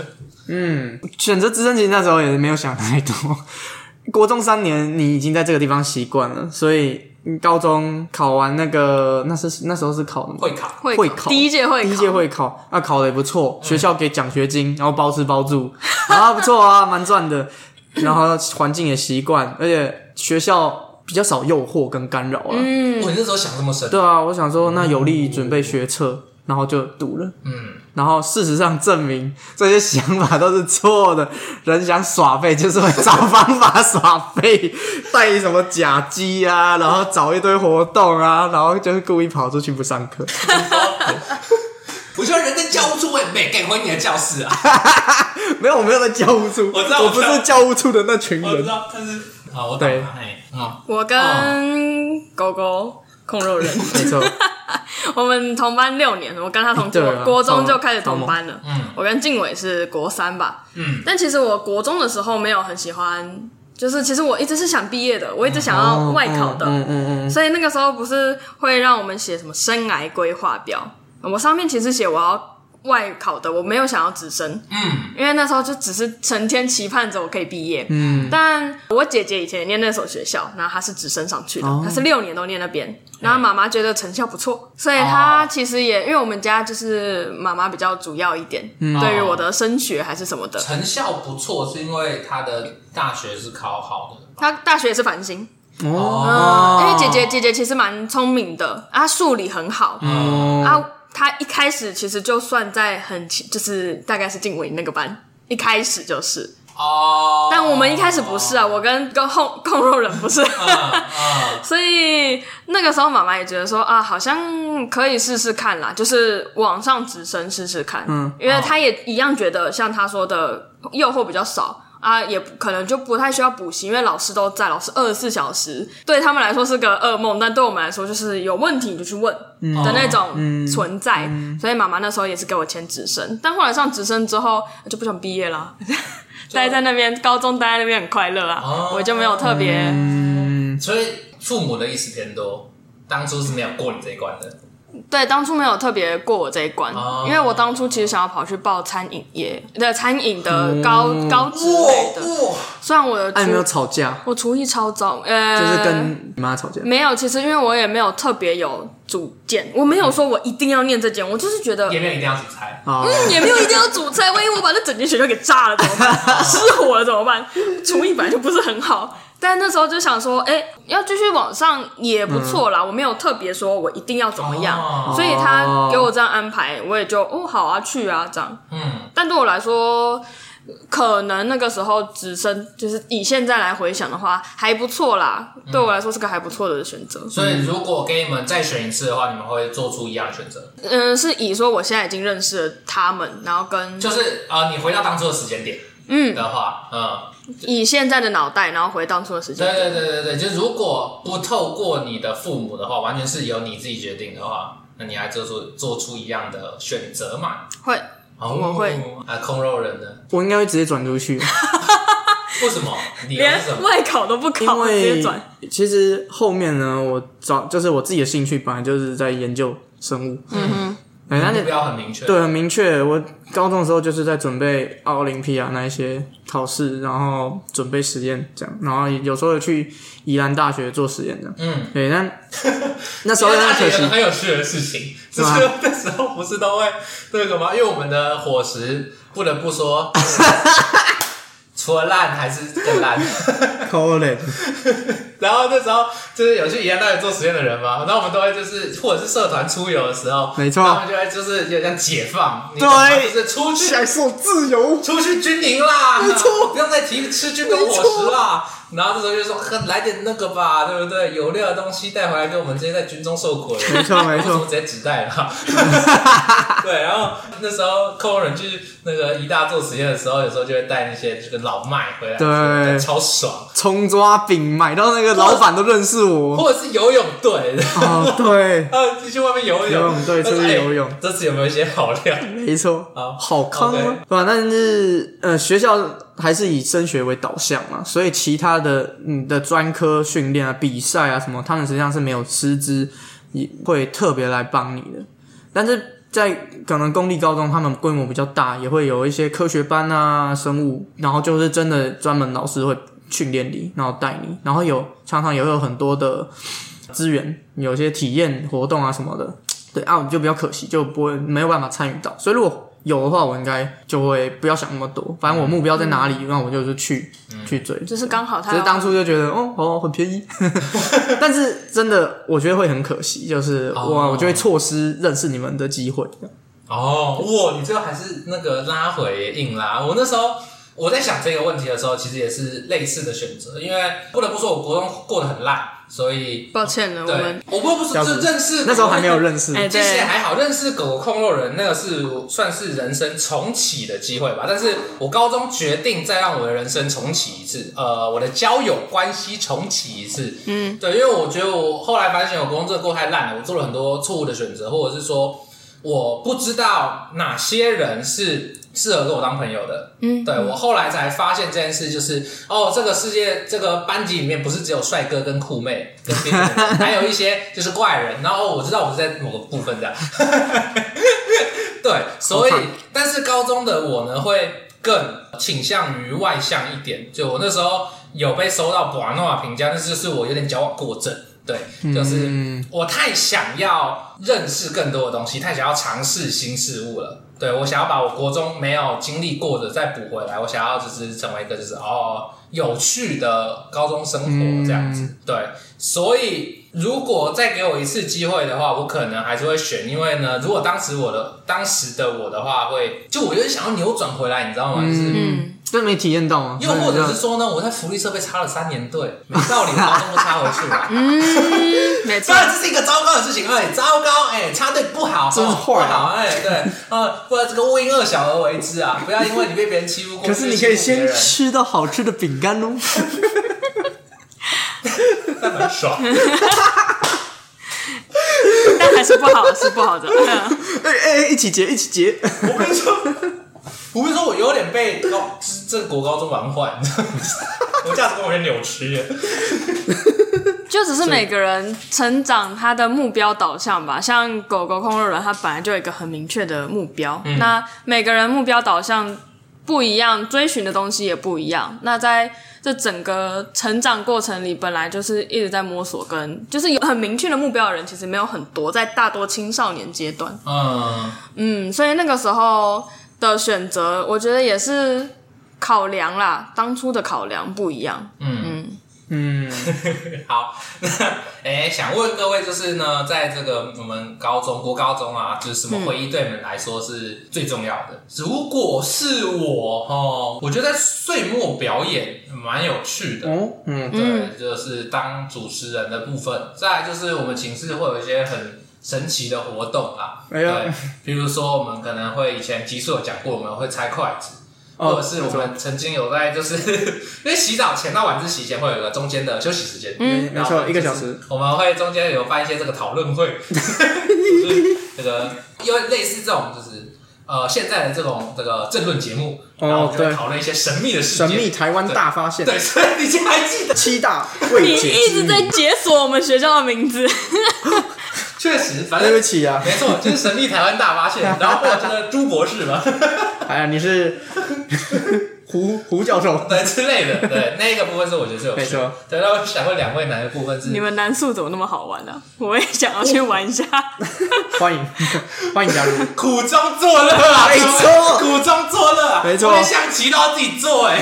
Speaker 2: 嗯，选择直升机那时候也没有想太多。国中三年，你已经在这个地方习惯了，所以你高中考完那个，那是那时候是考
Speaker 1: 会考，
Speaker 3: 会
Speaker 2: 会考
Speaker 3: 第一届会考，嗯
Speaker 2: 第一届会考，那、考的也不错，学校给奖学金，然后包吃包住，啊，不错啊，蛮赚的，然后环境也习惯，而且学校比较少诱惑跟干扰了。啊
Speaker 3: 嗯，
Speaker 1: 我那时候想这么深，
Speaker 2: 对啊，我想说，那有利于准备学测，然后就读了。
Speaker 1: 嗯，
Speaker 2: 然后事实上证明这些想法都是错的。人想耍废就是会找方法耍废，带什么假鸡啊，然后找一堆活动啊，然后就是故意跑出去不上课。
Speaker 1: 我觉得人跟教务处我也没给回你的教室啊，
Speaker 2: 没有，我没有在教务处，
Speaker 1: 我知道
Speaker 2: 我
Speaker 1: 我知
Speaker 2: 不
Speaker 1: 道
Speaker 2: 是教务处的那群
Speaker 1: 我知
Speaker 2: 人。
Speaker 1: 道，但是啊，我懂
Speaker 2: 对
Speaker 1: 了，哎，啊，
Speaker 3: 我跟狗狗控肉人，
Speaker 2: 没错，
Speaker 3: 我们同班六年，我跟他同
Speaker 2: 对
Speaker 3: 国
Speaker 2: 啊
Speaker 3: 国中就开始同班了。
Speaker 1: 嗯
Speaker 3: 我跟静伟是国三吧，
Speaker 1: 嗯，
Speaker 3: 但其实我国中的时候没有很喜欢，就是其实我一直是想毕业的，我一直想要外考的，
Speaker 2: 嗯嗯嗯
Speaker 3: 所以那个时候不是会让我们写什么生涯规划表，我上面其实写我要外考的，我没有想要直升，
Speaker 1: 嗯，
Speaker 3: 因为那时候就只是成天期盼着我可以毕业。
Speaker 2: 嗯，
Speaker 3: 但我姐姐以前也念那所学校，然后她是直升上去的，
Speaker 2: 哦
Speaker 3: 她是六年都念那边。然后妈妈觉得成效不错，所以她
Speaker 2: 哦
Speaker 3: 其实也因为我们家就是妈妈比较主要一点，
Speaker 2: 嗯
Speaker 3: 对于我的升学还是什么的。
Speaker 1: 成效不错，是因为他的大学是考好的，
Speaker 3: 她大学也是繁星，
Speaker 2: 嗯，
Speaker 1: 哦
Speaker 3: 嗯，因为姐姐姐姐其实蛮聪明的，啊，她数理很好，
Speaker 2: 哦，
Speaker 3: 啊，她一开始其实就算在很前就是大概是静伟那个班，一开始就是，
Speaker 1: 哦，
Speaker 3: 但我们一开始不是啊，我跟跟 控控肉人不是，
Speaker 1: 嗯，嗯
Speaker 3: 所以那个时候妈妈也觉得说啊，好像可以试试看啦，就是往上直升试试看。
Speaker 2: 嗯，
Speaker 3: 因为她也一样觉得像她说的诱惑比较少。啊，也不可能就不太需要补习，因为老师都在，老师二十四小时，对他们来说是个噩梦，但对我们来说就是有问题你就去问的那种存在。所以妈妈那时候也是给我签直升，但后来上直升之后就不想毕业啦，
Speaker 2: 啊
Speaker 3: 待在那边高中待在那边很快乐啊，
Speaker 1: 哦
Speaker 3: 我就没有特别、
Speaker 2: 嗯，
Speaker 1: 所以父母的意思偏多，当初是没有过你这一关的，
Speaker 3: 对，当初没有特别过我这一关，
Speaker 2: 啊
Speaker 1: 哦
Speaker 3: 因为我当初其实想要跑去报餐饮业的餐饮的高、高职类的，
Speaker 1: 哇，
Speaker 3: 虽然我的厨、
Speaker 2: 嗯哎，有没有吵架，
Speaker 3: 我厨艺超糟，呃，
Speaker 2: 就是跟你妈吵架。
Speaker 3: 没有，其实因为我也没有特别有主见，我没有说我一定要念这间，我就是觉得。
Speaker 1: 也没有一定要煮菜，
Speaker 2: 哦，
Speaker 3: 嗯也没有一定要煮菜，万一我把那整间学校给炸了怎么办？失火了怎么办？厨艺本来就不是很好，但那时候就想说，哎、要继续往上也不错啦。我没有特别说我一定要怎么样，
Speaker 1: 哦
Speaker 3: 所以他给我这样安排，我也就哦好啊去啊这样。
Speaker 1: 嗯，
Speaker 3: 但对我来说，可能那个时候直升就是以现在来回想的话，还不错啦。对我来说是个还不错的选择。
Speaker 1: 所以如果给你们再选一次的话，你们会做出一样的选择，
Speaker 3: 嗯嗯，是以说我现在已经认识了他们，然后跟
Speaker 1: 就是呃，你回到当初的时间点，嗯的话，嗯，
Speaker 3: 以现在的脑袋，然后回当初的时间
Speaker 1: 对，对对对对，就是如果不透过你的父母的话，完全是由你自己决定的话，那你还做出做出一样的选择嘛？
Speaker 3: 会
Speaker 1: 哦
Speaker 3: 我会
Speaker 1: 啊，空肉人呢？
Speaker 2: 我应该会直接转出去，
Speaker 1: 为什么？理由
Speaker 3: 连
Speaker 1: 是什么？
Speaker 3: 外考都不
Speaker 2: 因
Speaker 3: 考，直接
Speaker 2: 为
Speaker 3: 转。
Speaker 2: 其实后面呢，我找就是我自己的兴趣本来就是在研究生物，嗯哼，而且
Speaker 1: 目标很明确，
Speaker 2: 对，很明确。我高中的时候就是在准备奥林匹亚那一些考试，然后准备实验这样，然后有时候有去宜兰大学做实验这样。
Speaker 1: 嗯，
Speaker 2: 对，但那时
Speaker 1: 其
Speaker 2: 候
Speaker 1: 实
Speaker 2: 有点
Speaker 1: 大学
Speaker 2: 可
Speaker 1: 有
Speaker 2: 惜，
Speaker 1: 很有趣的事情，只是
Speaker 2: 吗
Speaker 1: 那时候不是都会那个吗？因为我们的伙食不得不 说，除了烂还是更烂。
Speaker 2: 可怜。
Speaker 1: 然后那时候就是有去宜兰大学做实验的人嘛，然后我们都会就是或者是社团出游的时候，
Speaker 2: 没错
Speaker 1: 他们就会就是有点像解放，你懂吗
Speaker 2: 对
Speaker 1: 就是出去
Speaker 2: 享受自由，
Speaker 1: 出去军营啦，
Speaker 2: 没错
Speaker 1: 不用再提吃军工伙食啦。然后这时候就说喝来点那个吧，对不对？有料的东西带回来给我们这些在军中受苦的人，
Speaker 2: 没错没错
Speaker 1: 为什么直接纸袋 了。对，然后那时候寇人去那个一大做实验的时候，有时候就会带那些这个老麦回来，
Speaker 2: 对
Speaker 1: 超爽。
Speaker 2: 葱抓饼买到那个老板都认识我。
Speaker 1: 或者是游泳 队，
Speaker 2: 哦，对，
Speaker 1: 啊，去外面游泳，
Speaker 2: 游泳队
Speaker 1: 但是
Speaker 2: 出去
Speaker 1: 哎
Speaker 2: 游泳
Speaker 1: 这次有没有一些好料？
Speaker 2: 没错
Speaker 1: 好，
Speaker 2: 好康啊
Speaker 1: OK，
Speaker 2: 对吧？但是呃，学校还是以升学为导向嘛，所以其他的你的专科训练啊、比赛啊什么，他们实际上是没有师资也会特别来帮你的。但是在可能公立高中，他们规模比较大，也会有一些科学班啊、生物，然后就是真的专门老师会训练你，然后带你，然后有常常也会有很多的资源，有些体验活动啊什么的，对啊，我就比较可惜，就不会没有办法参与到。所以如果有的话，我应该就会不要想那么多，反正我目标在哪里，那我就是去、去追。
Speaker 3: 只是刚好他
Speaker 2: 只是当初就觉得哦哦很便宜， 但是真的我觉得会很可惜，就是
Speaker 1: 哦
Speaker 2: 哇，我就会错失认识你们的机会。
Speaker 1: 哦，哇，你最后还是那个拉回硬拉。我那时候我在想这个问题的时候，其实也是类似的选择，因为不得不说，我国中过得很烂，所以
Speaker 3: 抱歉了，我
Speaker 1: 对
Speaker 3: 们，
Speaker 1: 我不得不说
Speaker 2: 小
Speaker 1: 就
Speaker 2: 子
Speaker 1: 认识
Speaker 2: 那时候还没有认识，
Speaker 3: 哎
Speaker 1: 其实也
Speaker 3: 对
Speaker 1: 还好，认识狗狗控肉人那个是算是人生重启的机会吧。但是我高中决定再让我的人生重启一次，呃，我的交友关系重启一次。嗯，对，因为我觉得我后来反省，我工作过太烂了，我做了很多错误的选择，或者是说我不知道哪些人是适合跟我当朋友的。嗯，对我后来才发现这件事，就是哦，这个世界这个班级里面不是只有帅哥跟酷妹跟别 人，还有一些就是怪人。然后我知道我是在某个部分这样。对，所以
Speaker 2: 好惨
Speaker 1: 但是高中的我呢，会更倾向于外向一点。就我那时候有被收到博诺的评价，那就是我有点矫枉过正。对，
Speaker 2: 嗯
Speaker 1: 就是我太想要认识更多的东西，太想要尝试新事物了。对我想要把我国中没有经历过的再补回来，我想要就是成为一个就是哦有趣的高中生活
Speaker 2: 嗯
Speaker 1: 这样子。对，所以如果再给我一次机会的话，我可能还是会选，因为呢，如果当时我的当时的我的话会，就我有点想要扭转回来，你知道吗？就是
Speaker 3: 嗯，
Speaker 2: 真没体验到吗？
Speaker 1: 又或者是说呢，我在福利社被插了三年队，没道理我高中都插回去了。
Speaker 2: 嗯
Speaker 3: 嗯没错
Speaker 1: 当，然这是一个糟糕的事情，哎，糟糕，哎，插队不好，
Speaker 2: 真
Speaker 1: 哦
Speaker 2: 坏
Speaker 1: 不好，哎，对，啊，不然这个勿因恶小而为之啊，不要因为你被别人欺负过，
Speaker 2: 可是你可
Speaker 1: 就欺负别
Speaker 2: 以先
Speaker 1: 人
Speaker 2: 吃到好吃的饼干哦。
Speaker 1: 那很爽。
Speaker 3: 但还是不好，是不好的。
Speaker 2: 哎哎，一起结，一起结。
Speaker 1: 我跟你说，我跟你说，我有点被高这这个国高中玩坏，你知道吗？我价值观有点扭曲了。
Speaker 3: 就只是每个人成长他的目标导向吧，像狗狗控肉人，他本来就有一个很明确的目标。那每个人目标导向不一样，追寻的东西也不一样。那在这整个成长过程里，本来就是一直在摸索跟，就是有很明确的目标的人，其实没有很多，在大多青少年阶段。
Speaker 1: 嗯，
Speaker 3: 嗯，所以那个时候的选择，我觉得也是考量啦，当初的考量不一样。
Speaker 2: 嗯，
Speaker 1: 好， 那哎、想问各位，就是呢，在这个我们高中、国高中啊，就是什么回忆对你们来说是最重要的？如果是我哦，我觉得在岁末表演蛮有趣的。
Speaker 2: 哦，嗯，
Speaker 1: 对，就是当主持人的部分。再来就是我们寝室会有一些很神奇的活动啊，
Speaker 2: 哎呦
Speaker 1: 对，比如说我们可能会以前集数有讲过，我们会拆筷子。
Speaker 2: 哦
Speaker 1: 或者是我们曾经有在就是 因为洗澡前到晚自习前会有一个中间的休息时间，
Speaker 2: 没嗯没
Speaker 1: 然后
Speaker 2: 错，
Speaker 1: 就是
Speaker 2: 一个小时。
Speaker 1: 我们会中间有办一些这个讨论会，就是这个因为类似这种就是呃现在的这种这个政论节目，
Speaker 2: 哦
Speaker 1: 然后我们就会
Speaker 2: 对
Speaker 1: 讨论一些神秘的事件。
Speaker 2: 神秘台湾大发现，
Speaker 1: 对，所以你竟然还记得？
Speaker 2: 七大未
Speaker 3: 你
Speaker 2: 解
Speaker 3: 一
Speaker 2: 之
Speaker 3: 直
Speaker 2: 谜
Speaker 3: 在解锁我们学校的名字，
Speaker 1: 确实，反
Speaker 2: 对
Speaker 1: 正
Speaker 2: 不起啊，
Speaker 1: 没 错，就是神秘台湾大发现，然后我这个朱博士嘛，
Speaker 2: 哎呀，你是胡胡教授，
Speaker 1: 对之类的，对那个部分是我觉得是有趣的
Speaker 2: 没错。
Speaker 1: 对，那我想问两位哪个部分是
Speaker 3: 你们南宿怎么那么好玩呢、我也想要去玩一下。
Speaker 2: 欢迎 欢迎加入。
Speaker 1: 苦中作乐啊？
Speaker 2: 没错
Speaker 1: 苦中作乐啊，
Speaker 2: 没错
Speaker 1: 连象棋都要自己做 哎、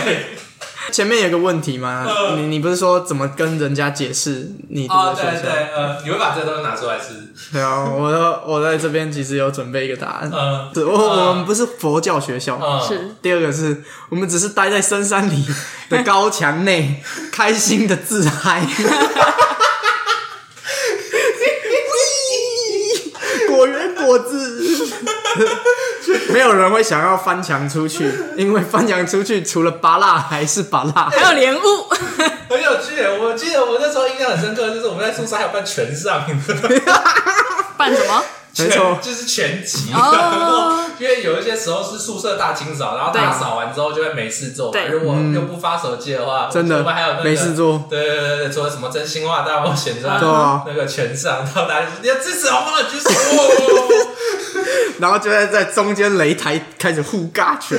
Speaker 2: 前面有个问题嘛，
Speaker 1: 嗯
Speaker 2: 你你不是说怎么跟人家解释你读
Speaker 1: 哦，
Speaker 2: 的
Speaker 1: 对
Speaker 2: 学校？
Speaker 1: 对，呃，你会把这个东西拿出来是不是？
Speaker 2: 对啊，我的我在这边其实有准备一个答案。
Speaker 1: 嗯
Speaker 2: 对，我我们不是佛教学校，
Speaker 1: 嗯，
Speaker 3: 是，
Speaker 2: 第二个是我们只是待在深山里的高 墙内，开心的自嗨。果园果子，没有人会想要翻墙出去，因为翻墙出去除了拔蜡还是拔蜡。
Speaker 3: 还有莲雾，
Speaker 1: 很有趣。我记得我那时候印象很深刻，就是我们在宿舍还有办拳上，
Speaker 3: 办什么？
Speaker 2: 没错
Speaker 1: 拳就是拳击。
Speaker 3: 哦
Speaker 1: 然后因为有一些时候是宿舍大清扫，然后大扫完之后就会没事做嘛。
Speaker 3: 对
Speaker 1: 如果又不发手机的话，
Speaker 2: 真的
Speaker 1: 我们还有那个
Speaker 2: 没事做。
Speaker 1: 对对对对，除了什么真心话大冒险之外，
Speaker 2: 对啊
Speaker 1: 那个拳上，然后大家就说你要支持红包的举手。哦
Speaker 2: 然后就在在中间擂台开始互尬 拳。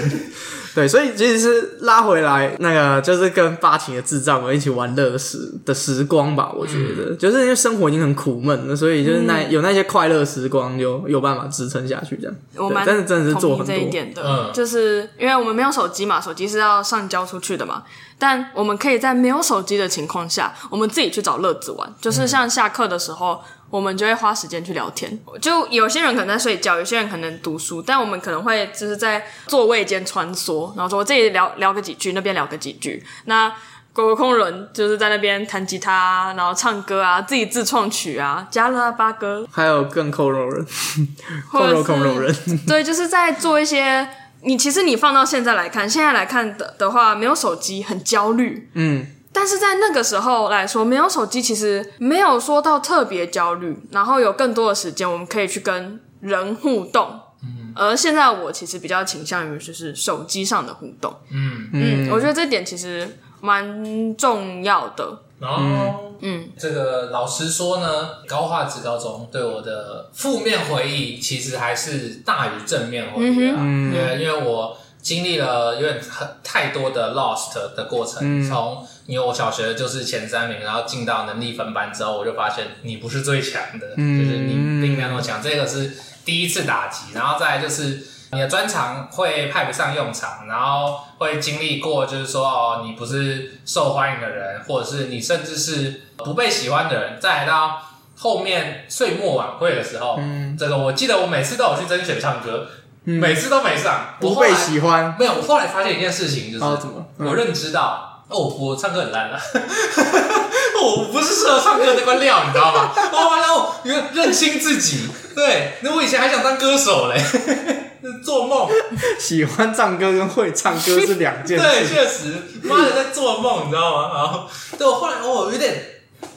Speaker 2: 对，所以其实是拉回来那个，就是跟发情的智障们一起玩乐的时的时光吧。我觉得，就是因为生活已经很苦闷了，所以就是那、有那些快乐时光，有有办法支撑下去这样。
Speaker 3: 我
Speaker 2: 对
Speaker 3: 蛮
Speaker 2: 但是真的是做
Speaker 3: 同
Speaker 2: 很多
Speaker 3: 意这一点的，
Speaker 1: 嗯
Speaker 3: 就是因为我们没有手机嘛，手机是要上交出去的嘛，但我们可以在没有手机的情况下，我们自己去找乐子玩，
Speaker 2: 嗯
Speaker 3: 就是像下课的时候。我们就会花时间去聊天，就有些人可能在睡觉，有些人可能读书，但我们可能会就是在座位间穿梭，然后说这里聊聊个几句，那边聊个几句。那狗狗空人就是在那边弹吉他，然后唱歌啊，自己自创曲啊，加勒巴哥
Speaker 2: 还有更扣肉人，
Speaker 3: 或
Speaker 2: 扣
Speaker 3: 者
Speaker 2: 肉
Speaker 3: 是
Speaker 2: 控肉人，
Speaker 3: 对，就是在做一些。你其实你放到现在来看，现在来看的的话，没有手机很焦虑，
Speaker 2: 嗯，
Speaker 3: 但是在那个时候来说，没有手机其实没有说到特别焦虑，然后有更多的时间我们可以去跟人互动。嗯，而现在我其实比较倾向于就是手机上的互动，
Speaker 1: 嗯，
Speaker 3: 嗯，我觉得这点其实蛮重要的。
Speaker 1: 然后。
Speaker 3: 嗯，
Speaker 1: 这个老实说呢，高画质高中对我的负面回忆其实还是大于正面回忆的啦、
Speaker 2: 嗯
Speaker 1: 因为因为我经历了有点很太多的 lost 的过程，从因为我小学就是前三名，然后进到能力分班之后，我就发现你不是最强的，就是你并没有那么强，这个是第一次打击，然后再来就是。你的专长会派不上用场，然后会经历过，就是说哦，你不是受欢迎的人，或者是你甚至是不被喜欢的人。再来到后面岁末晚会的时候，嗯，这个我记得我每次都有去甄选唱歌，每次都没上，我
Speaker 2: 嗯不
Speaker 1: 后来
Speaker 2: 被喜欢。
Speaker 1: 没有，我后来发现一件事情，就是、
Speaker 2: 哦怎么嗯
Speaker 1: 我认知到，哦，我唱歌很烂了、 我不是适合唱歌的那块料，你知道吗？我完了，我认认清自己，对，那我以前还想当歌手嘞， 做梦，
Speaker 2: 喜欢唱歌跟会唱歌是两件
Speaker 1: 对，
Speaker 2: 事。
Speaker 1: 确实，妈的在做梦，你知道吗？然后，对我后来哦我有点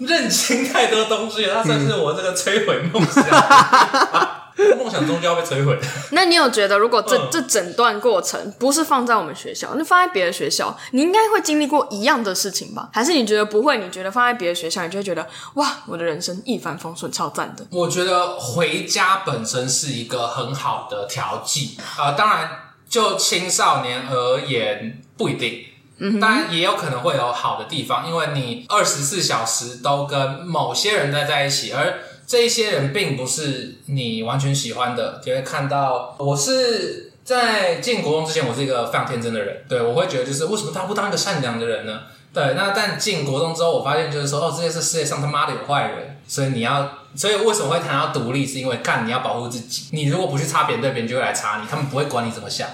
Speaker 1: 认清太多东西了，它算是我这个摧毁梦 想，啊梦想终究要被摧毁。
Speaker 3: 那你有觉得，如果这、
Speaker 1: 嗯
Speaker 3: 这整段过程不是放在我们学校，那放在别的学校，你应该会经历过一样的事情吧？还是你觉得不会？你觉得放在别的学校，你就会觉得哇，我的人生一帆风顺，超赞的。
Speaker 1: 我觉得回家本身是一个很好的调剂，呃，当然就青少年而言不一定，嗯，当然也有可能会有好的地方，因为你二十四小时都跟某些人待在一起，而这一些人并不是你完全喜欢的，就会看到我是。在进国中之前，我是一个非常天真的人，对我会觉得就是为什么他不当一个善良的人呢？对，那但进国中之后，我发现就是说，哦，这些是世界上他妈的有坏人，所以你要，所以为什么会谈到独立，是因为干你要保护自己，你如果不去插别人队，别人就会来插你，他们不会管你怎么想，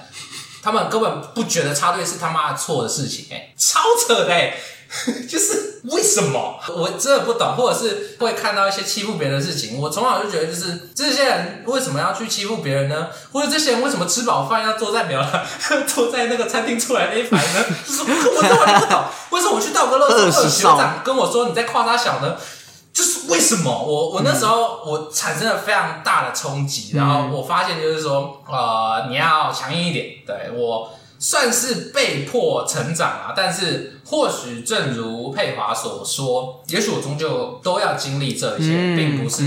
Speaker 1: 他们根本不觉得插队是他妈的错的事情、欸，哎，超扯的、欸， 就是为什么我真的不懂，或者是会看到一些欺负别人的事情，我从小就觉得就是这些人为什么要去欺负别人呢？或者这些人为什么吃饱饭要坐在没有啦 坐在那个餐厅出来那一排呢？ 就是我根本就不懂，为什么我去倒个垃圾，
Speaker 2: 二十
Speaker 1: 会有学
Speaker 2: 少
Speaker 1: 长跟我说你在夸他小呢？就是为什么我我那时候我产生了非常大的冲击，嗯然后我发现就是说，呃，你要强硬一点。对我算是被迫成长啊，但是或许正如佩华所说，也许我终究都要经历这些，
Speaker 2: 嗯
Speaker 1: 并不是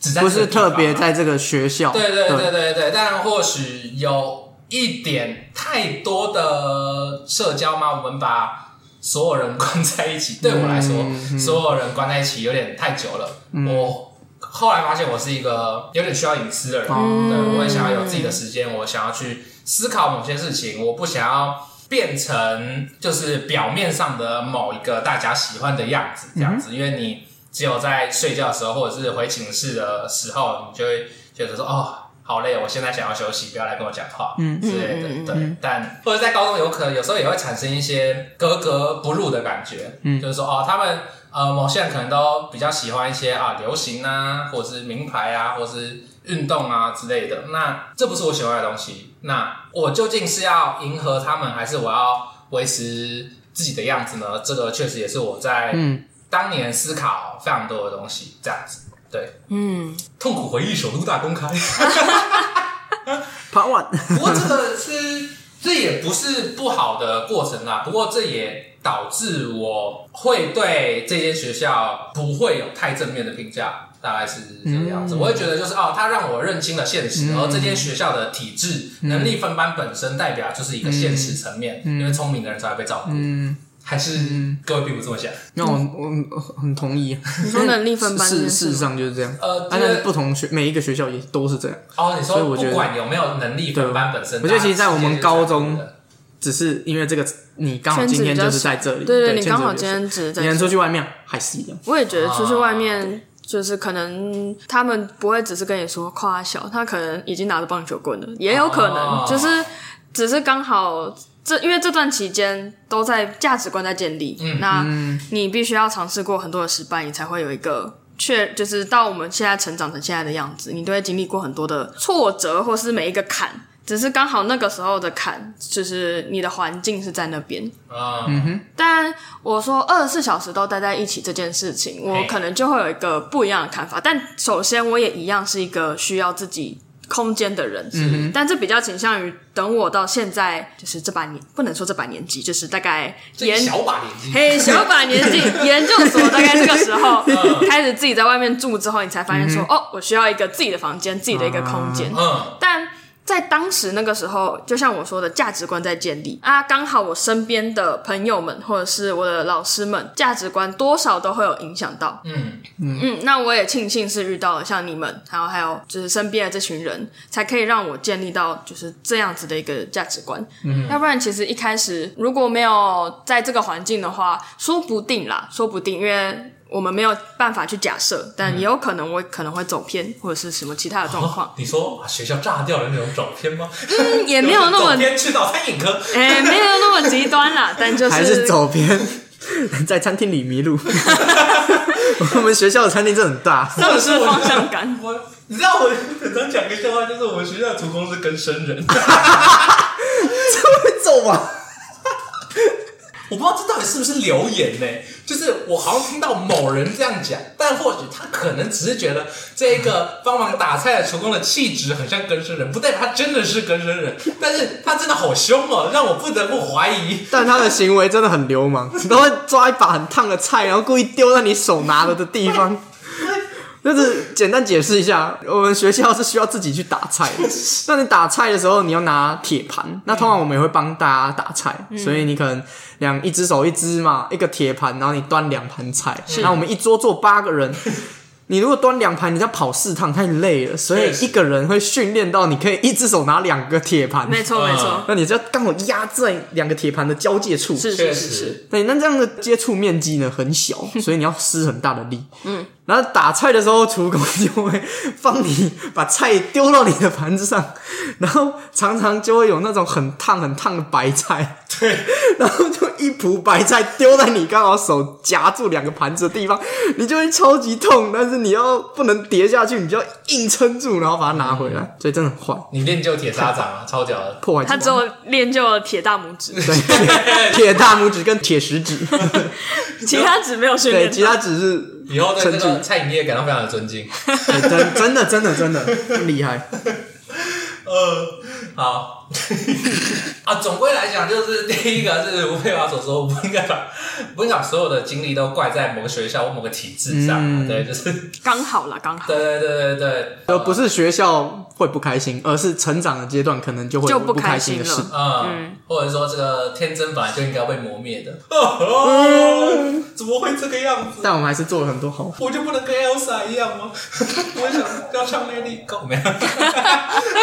Speaker 1: 只在
Speaker 2: 不
Speaker 1: 这个
Speaker 2: 是
Speaker 1: 地方啊
Speaker 2: 特别在这个学校，
Speaker 1: 对对对对对，但或许有一点太多的社交嘛，我们把所有人 关在一起，对我来说，所有人关在一起有点太久了。我后来发现我是一个有点需要隐私的人，
Speaker 2: 哦
Speaker 1: 对我也想要有自己的时间，我想要去思考某些事情，我不想要。变成就是表面上的某一个大家喜欢的样子，这样子，因为你只有在睡觉的时候或者是回寝室的时候，你就会觉得说哦。好累，我现在想要休息，不要来跟我讲话，嗯之类的，对。但或者在高中，有可能有时候也会产生一些格格不入的感觉，嗯，就是说哦，他们呃某些人可能都比较喜欢一些啊流行啊，或者是名牌啊，或是运动啊之类的。那这不是我喜欢的东西，那我究竟是要迎合他们，还是我要维持自己的样子呢？这个确实也是我在
Speaker 2: 嗯
Speaker 1: 当年思考非常多的东西，这样子。对，
Speaker 3: 嗯，
Speaker 1: 痛苦回忆首度大公开。
Speaker 2: ，Part One，
Speaker 1: 不过这个是，这也不是不好的过程啦。不过这也导致我会对这间学校不会有太正面的评价，大概是这个样子。我会觉得就是哦，它让我认清了现实，而这间学校的体制、能力分班本身代表就是一个现实层面，因为聪明的人才会被照顾。
Speaker 2: 嗯，
Speaker 1: 还是各位并不这么想，
Speaker 2: 那我我我很同意。
Speaker 3: 你说能力分班 这
Speaker 2: 事
Speaker 3: 件事
Speaker 2: 事
Speaker 3: 吗
Speaker 2: 实上就是这样。
Speaker 1: 呃，
Speaker 2: 啊，
Speaker 1: 这
Speaker 2: 那
Speaker 1: 个
Speaker 2: 不同学每一个学校也都是这样，
Speaker 1: 哦，你
Speaker 2: 所以
Speaker 1: 说
Speaker 2: 我觉得
Speaker 1: 不管有没有能力分班本身，
Speaker 2: 我觉得其实在我们高中
Speaker 1: 大家是
Speaker 2: 只是因为这个你刚好
Speaker 3: 圈子
Speaker 2: 今天
Speaker 3: 比较
Speaker 2: 就是在
Speaker 3: 小
Speaker 2: 这里，
Speaker 3: 对
Speaker 2: 对，
Speaker 3: 你
Speaker 2: 圈子
Speaker 3: 刚好
Speaker 2: 比较
Speaker 3: 今
Speaker 2: 小
Speaker 3: 天只是在
Speaker 2: 你能
Speaker 3: 这
Speaker 2: 出去外面还是一样，
Speaker 3: 我也觉得出去外面。就是可能他们不会只是跟你说夸小，他可能已经拿着棒球棍了，也有可能、
Speaker 1: 哦
Speaker 3: 就是只是刚好这因为这段期间都在价值观在建立，那你必须要尝试过很多的失败，你才会有一个确就是到我们现在成长成现在的样子，你都会经历过很多的挫折或是每一个坎，只是刚好那个时候的坎就是你的环境是在那边，
Speaker 1: 啊，嗯
Speaker 3: 但我说二十四小时都待在一起这件事情，我
Speaker 1: 嘿
Speaker 3: 可能就会有一个不一样的看法。但首先，我也一样是一个需要自己空间的人，嗯、但这比较倾向于等我到现在，就是这把年，不能说这把年纪，就是大概
Speaker 1: 这一
Speaker 3: 研
Speaker 1: 小把年纪，
Speaker 3: 嘿小把年 纪研究所大概这个时候开始自己在外面住之后，你才发现说、哦，我需要一个自己的房间，自己的一个空间。
Speaker 1: 嗯。
Speaker 3: 但在当时那个时候，就像我说的，价值观在建立啊，刚好我身边的朋友们或者是我的老师们，价值观多少都会有影响到。
Speaker 1: 嗯
Speaker 3: 嗯，那我也庆幸是遇到了像你们，然后还有就是身边的这群人，才可以让我建立到就是这样子的一个价值观。嗯，要不然其实一开始如果没有在这个环境的话，说不定啦，说不定因为。我们没有办法去假设，但也有可能我可能会走偏，或者是什么其他的状况
Speaker 1: 哦。你说把学校炸掉的那种照片吗？
Speaker 3: 也 没有那么
Speaker 1: 走偏去到餐饮科，
Speaker 3: 哎、没有那么极 端啦，但就是
Speaker 2: 还是走偏，在餐厅里迷路。 我们学校的餐厅真的很 大，
Speaker 3: 丧失方 向感。
Speaker 1: 我你知道我很常讲个笑话，就是我们学校的土工是跟生人，
Speaker 2: 会走吧？
Speaker 1: 我不知道这到底是不是留言呢、就是我好像听到某人这样讲，但或许他可能只是觉得这一个帮忙打菜的厨工的气质很像跟生人，不代表他真的是跟生 人，但是他真的好凶哦，让我不得不怀疑。
Speaker 2: 但他的行为真的很流氓，都会抓一把很烫的菜，然后故意丢在你手拿了的地方。就是简单解释一下，我们学校是需要自己去打菜的。那你打菜的时候，你要拿铁盘。那通常我们也会帮大家打菜，所以你可能两一只手一只嘛，一个铁盘，然后你端两盘菜。那我们一桌坐八个人，你如果端两盘，你要跑四趟，太累了。所以
Speaker 1: 确实
Speaker 2: 一个人会训练到你可以一只手拿两个铁盘，
Speaker 3: 没错，
Speaker 1: 嗯
Speaker 3: 没错，
Speaker 2: 那你只要刚好压在两个铁盘的交界处，
Speaker 3: 是
Speaker 1: 确
Speaker 3: 是是是，
Speaker 1: 实，
Speaker 2: 对，那这样的接触面积呢很小，所以你要施很大的力。嗯，然后打菜的时候，厨工就会放你把菜丢到你的盘子上， 然后常常就会有那种很烫很烫的白菜，
Speaker 1: 对，
Speaker 2: 然后就一畝白菜丢在你刚好手夹住两个盘子的地方，你就会超级痛，但是你要不能跌下去，你就要硬撑住，然后把它拿回来，所以真的很坏，
Speaker 1: 你练就铁砂掌啊，超屌的。
Speaker 2: 破坏
Speaker 3: 他
Speaker 2: 机
Speaker 3: 只
Speaker 2: 关
Speaker 3: 有练就了铁大拇指，
Speaker 2: 对铁大拇指跟铁食 指，
Speaker 3: 其他指没有训
Speaker 2: 对，
Speaker 3: 练
Speaker 2: 其
Speaker 3: 到。
Speaker 2: 他只是
Speaker 1: 以后对这
Speaker 2: 撑
Speaker 1: 个蔡颖业感到非常的尊敬。
Speaker 2: 哎真真的真的真的厉害，
Speaker 1: 呃，好 啊，总归来讲，就是第一个是吴佩华所说，我不应该把不应该把所有的精力都怪在某个学校或某个体制上、啊。
Speaker 2: 嗯
Speaker 1: 对，就是
Speaker 3: 刚好啦，刚好
Speaker 1: 对对对对对，
Speaker 2: 而不是学校会不开心，而是成长的阶段可能就会
Speaker 3: 就
Speaker 2: 有
Speaker 3: 不
Speaker 2: 不
Speaker 3: 开
Speaker 2: 开
Speaker 3: 心
Speaker 2: 心
Speaker 3: 了
Speaker 2: 的事。
Speaker 1: 嗯，或者说这个天真本来就应该被磨灭的。哦，啊
Speaker 3: 嗯
Speaker 1: 怎么会这个样子？
Speaker 2: 但我们还是做了很多好。
Speaker 1: 我就不能跟 Elsa 一样吗？ 我想要唱 Lady Go 没有？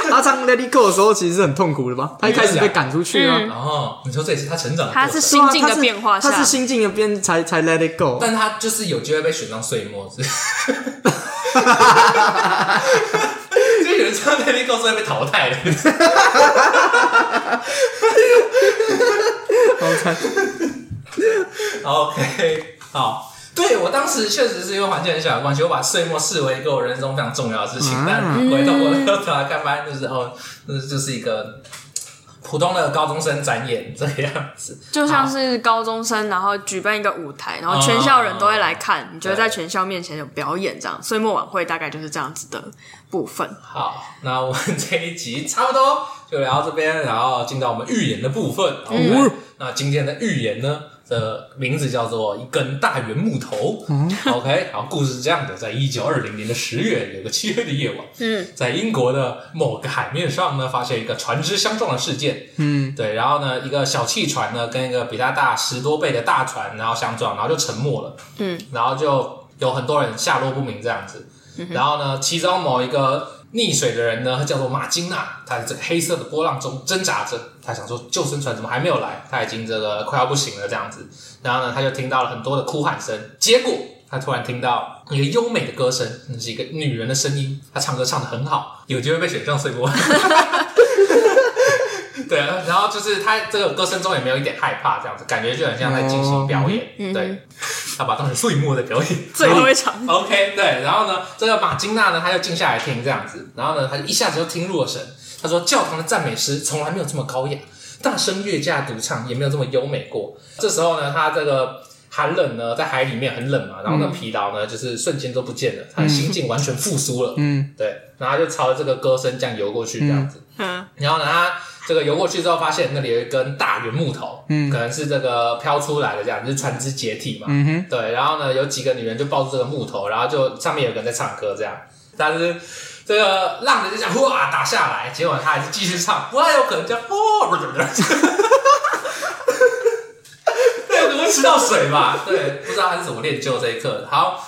Speaker 2: 他唱《Let It Go》的时候，其实是很痛苦的吧？他一开始被赶出去啊，
Speaker 3: 嗯
Speaker 1: 哦，你说这也是他成长的
Speaker 3: 他
Speaker 1: 过程
Speaker 3: 是
Speaker 2: 对啊
Speaker 3: 心境的变化下
Speaker 2: 他是他是心境的变才才 Let It Go。
Speaker 1: 但他就是有机会被选上岁末，是不是 就有人唱 Lady Go 是会被淘汰的。
Speaker 2: 好惨，
Speaker 1: OK，好，对我当时确实是因为环境很小的关系，我把岁末视为一个我人生中非常重要的事情。
Speaker 2: 啊
Speaker 1: 但回头我又把它看，发现就是哦，那就是一个普通的高中生展演这个样子。
Speaker 3: 就
Speaker 2: 啊
Speaker 3: 像是高中生，然后举办一个舞台，然后全校人都会来看，你就会在全校面前有表演这样。岁末晚会大概就是这样子的部分。
Speaker 1: 好，那我们这一集差不多就聊到这边，然后进到我们预言的部分。好
Speaker 2: 嗯
Speaker 1: 那今天的预言呢？的名字叫做一根大圆木头。OK，好，
Speaker 2: 嗯
Speaker 1: 故事是这样的：在一九二零年的十月，有个漆黑的夜晚，
Speaker 3: 嗯，
Speaker 1: 在英国的某个海面上呢，发现一个船只相撞的事件。
Speaker 2: 嗯，
Speaker 1: 对，然后呢，一个小汽船呢跟一个比它大十多倍的大船，然后相撞，然后就沉没了。
Speaker 3: 嗯，
Speaker 1: 然后就有很多人下落不明这样子。然后呢，其中某一个溺水的人呢，他叫做马金娜，他在这个黑色的波浪中挣扎着，他想说救生船怎么还没有来？他已经这个快要不行了这样子。然后呢，他就听到了很多的哭喊声，结果他突然听到一个优美的歌声，那是一个女人的声音，她唱歌唱得很好，有机会被选上岁末。对，然后就是他这个歌声中也没有一点害怕，这样子感觉就很像在进行表演。对，他把它当成岁末的表演。
Speaker 3: 最后一场
Speaker 1: OK，对，然后呢，这个马金娜呢，她就静下来听这样子，然后呢，她就一下子就听入了神。她说，教堂的赞美诗从来没有这么高雅，大声乐架独唱也没有这么优美过。这时候呢，她这个寒冷呢，在海里面很冷嘛，然后
Speaker 3: 嗯
Speaker 1: 那疲劳呢，就是瞬间都不见了，她的心境完全复苏 了。
Speaker 2: 嗯，
Speaker 1: 对，然后她就朝着这个歌声这样游过去，这样子。
Speaker 3: 嗯，
Speaker 1: 然后呢，他这个游过去之后，发现那里有一根大圆木头，嗯，可能是这个飘出来的，这样就是船只解体嘛，嗯哼，对。然后呢，有几个女人就抱住这个木头，然后就上面有个人在唱歌，这样，但是。这个浪的就这样哇打下来，结果他还是继续唱，不太有可能这样哦，不是不是，不是对，可能会吃到水吧？对，不知道他是怎么练就这一刻的。好，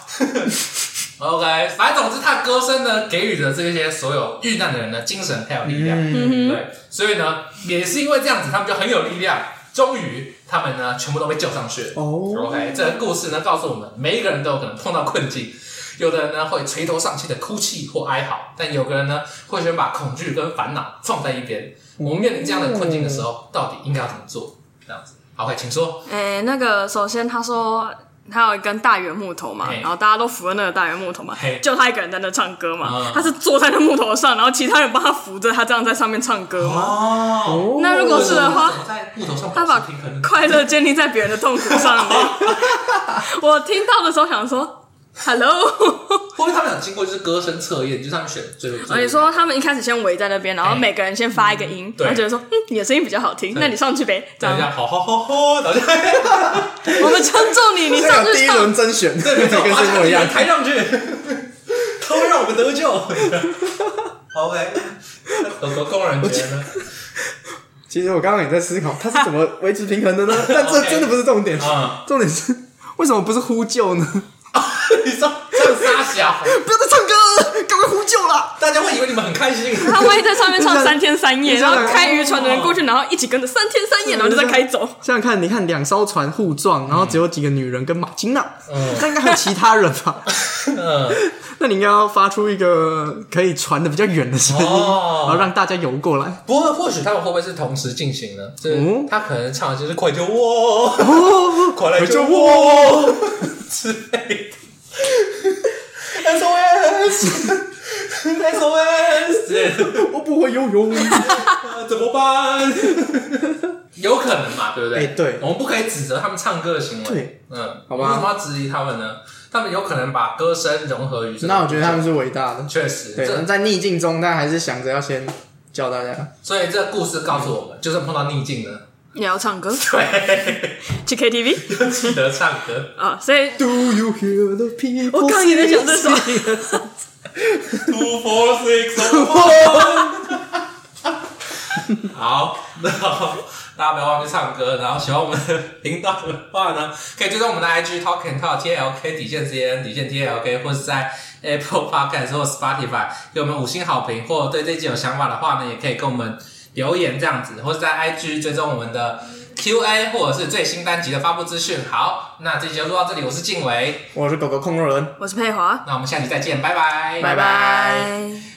Speaker 1: OK，反正总之，他的歌声呢，给予了这些所有遇难的人的精神还有力量。
Speaker 3: 嗯
Speaker 1: 对，所以呢，也是因为这样子，他们就很有力量。终于，他们呢，全部都被救上去了。
Speaker 2: 哦，
Speaker 1: OK，这个哎故事呢，告诉我们，每一个人都有可能碰到困境。有的人呢会垂头丧气的哭泣或哀嚎，但有个人呢会先把恐惧跟烦恼放在一边。我们面临这样的困境的时候，到底应该要怎么做？这样子，OK，请说。
Speaker 3: 诶、那个首先他说。他有一根大圆木头嘛，
Speaker 1: 嘿
Speaker 3: 然后大家都扶着那个大圆木头嘛
Speaker 1: 嘿，
Speaker 3: 就他一个人在那唱歌嘛
Speaker 1: 嗯。
Speaker 3: 他是坐在那木头上，然后其他人帮他扶着他，这样在上面唱歌嘛。
Speaker 1: 哦，
Speaker 3: 那如果是的话，
Speaker 1: 在木头上
Speaker 3: 他把
Speaker 1: 保持平衡，
Speaker 3: 快乐建立在别人的痛苦上 面。我听到的时候想说，Hello，
Speaker 1: 会不会他们有经过就是歌声测验，就是他们选最后。
Speaker 3: 而且哦说他们一开始先围在那边，然后
Speaker 1: 哎
Speaker 3: 每个人先发一个音，
Speaker 1: 对
Speaker 3: 然后觉得说，嗯，你的声音比较好听，那你上去呗，这
Speaker 1: 等一
Speaker 3: 样
Speaker 1: 下，好好好好，等一下，
Speaker 3: 我们尊重你，你
Speaker 2: 这
Speaker 3: 上
Speaker 2: 个
Speaker 3: 去
Speaker 2: 第一
Speaker 3: 唱
Speaker 2: 轮。甄选，这
Speaker 1: 没
Speaker 2: 跟
Speaker 1: 错把
Speaker 2: 最后
Speaker 1: 这
Speaker 2: 一样
Speaker 1: 个人，抬上去，他会让我们得救。OK，德国工人觉得呢？
Speaker 2: 其实我刚刚也在思考，他是怎么维持平衡 的呢？但这
Speaker 1: OK
Speaker 2: 真的不是重点
Speaker 1: 嗯，
Speaker 2: 重点是为什么不是呼救呢？
Speaker 1: 你说唱沙小，
Speaker 2: 不要再唱歌了，赶快呼救啦！
Speaker 1: 大家会以为你们很开心。
Speaker 3: 他万一在上面唱三天三夜，
Speaker 2: 你
Speaker 3: 然
Speaker 2: 像
Speaker 3: 后开渔船的人过去，然后一起跟着三天三夜，然后就在开走。
Speaker 2: 想想看，你看两艘船互撞，然后只有几个女人跟马金娜，
Speaker 1: 嗯
Speaker 2: 但应该还有其他人吧？
Speaker 1: 嗯，
Speaker 2: 那你应该要发出一个可以传的比较远的声音，
Speaker 1: 哦
Speaker 2: 然后让大家游过来。
Speaker 1: 不过或许他们会不会是同时进行呢？就是
Speaker 2: 嗯
Speaker 1: 他可能唱的就是快救我，快来救我
Speaker 2: 我，
Speaker 1: 之类的。SOS，SOS 之类的。
Speaker 2: 我不会游泳。
Speaker 1: 呃怎么办？ 有可能嘛，对不对？
Speaker 2: 哎对
Speaker 1: 我们不可以指责他们唱歌的行为。
Speaker 2: 对，
Speaker 1: 嗯，
Speaker 2: 好吧
Speaker 1: 为什么要质疑他们呢？他们有可能把歌声融合于这个
Speaker 2: 那我觉得他们是伟大的，
Speaker 1: 确实，
Speaker 2: 对，
Speaker 1: 这
Speaker 2: 在逆境中，但还是想着要先教大家。
Speaker 1: 所以这个故事告诉我们，就算碰到逆境呢，
Speaker 3: 你要唱歌
Speaker 1: 对，
Speaker 3: 去 KTV
Speaker 1: 记得唱歌。
Speaker 3: 啊，所以
Speaker 2: Do you hear the people？
Speaker 3: 我刚也在想这首
Speaker 2: sing？
Speaker 1: Two four six one。好，那大家不要忘记唱歌。然后喜欢我们的频道的话呢，可以追踪我们的 IG Talk and Talk T L K 底线 C N 底线 T L K，或是在 Apple Podcast 或 Spotify 给我们五星好评，或对这集有想法的话呢，也可以跟我们留言这样子，或是在 IG 追踪我们的 Q&A 或者是最新单集的发布资讯。好，那这集就录到这里，我是静伟，
Speaker 2: 我是狗狗控肉人。
Speaker 3: 我是佩华，
Speaker 1: 那我们下期再见，拜拜，
Speaker 2: 拜拜。